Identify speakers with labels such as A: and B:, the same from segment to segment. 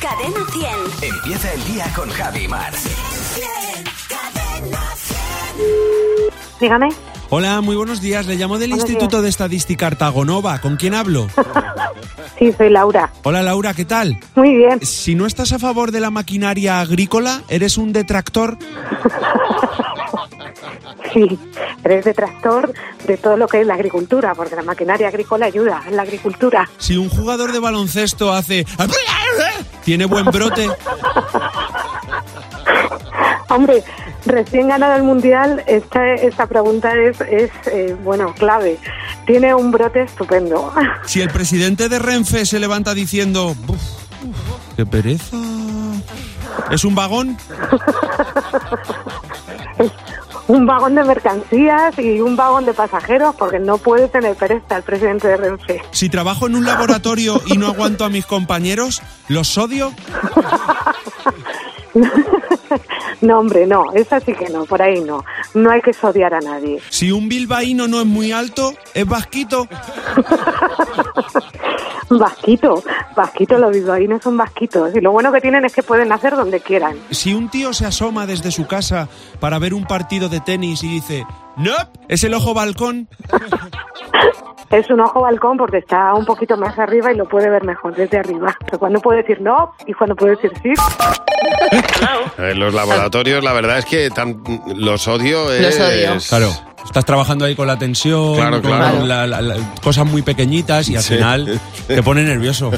A: Cadena 100.
B: Empieza el día con Javi Mar.
C: Dígame.
D: Hola, muy buenos días. Le llamo del
C: Buenos
D: Instituto de Estadística Artagonova. ¿Con quién hablo?
C: Sí, soy Laura.
D: Hola, Laura, ¿qué tal?
C: Muy bien.
D: Si no estás a favor de la maquinaria agrícola, eres un detractor.
C: Sí, pero es detractor de todo lo que es la agricultura, porque la maquinaria agrícola ayuda en la agricultura.
D: Si un jugador de baloncesto hace... Tiene buen brote.
C: Hombre, recién ganado el mundial, esta, esta pregunta es, es eh, bueno, clave. Tiene un brote estupendo.
D: Si el presidente de Renfe se levanta diciendo... "Buf, uf, ¡Qué pereza! ¿Es un vagón?
C: Un vagón de mercancías y un vagón de pasajeros, porque no puede tener pereza el presidente de Renfe.
D: Si trabajo en un laboratorio y no aguanto a mis compañeros, ¿los odio?
C: No, hombre, no, esa sí que no, por ahí no. No hay que sodiar a nadie.
D: Si un bilbaíno no es muy alto, ¿es vasquito?
C: Vasquito, vasquito, los bilbaínos son vasquitos. Y lo bueno que tienen es que pueden hacer donde quieran.
D: Si un tío se asoma desde su casa para ver un partido de tenis y dice, ¡Nope! Es el ojo balcón.
C: Es un ojo balcón porque está un poquito más arriba y lo puede ver mejor desde arriba. Pero cuando puede decir no y cuando puede decir sí.
E: En los laboratorios, la verdad es que tan, los odio es...
F: Los odio.
D: Claro. Estás trabajando ahí con la tensión,
E: Claro,
D: con
E: claro.
D: la- la- la- cosas muy pequeñitas y al final te pone nervioso.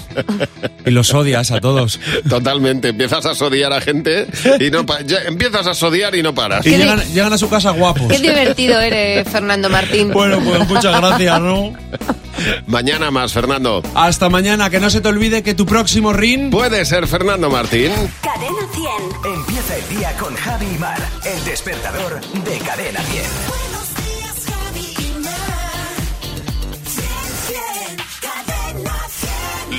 D: Y los odias a todos.
E: Totalmente. Empiezas a sodiar a gente y no pa- ya empiezas a sodiar y no paras.
D: Y
F: di-
D: llegan, llegan a su casa guapos.
F: Qué divertido eres, Fernando Martín.
D: Bueno, pues muchas gracias, ¿no?
E: Mañana más, Fernando.
D: Hasta mañana, que no se te olvide que tu próximo ring...
E: Puede ser Fernando Martín.
A: Cadena 100.
B: Empieza el día con Javi Mar. El despertador de Cadena 10.
G: Buenos días, Javi y Mar. Bien, bien, cadena 100.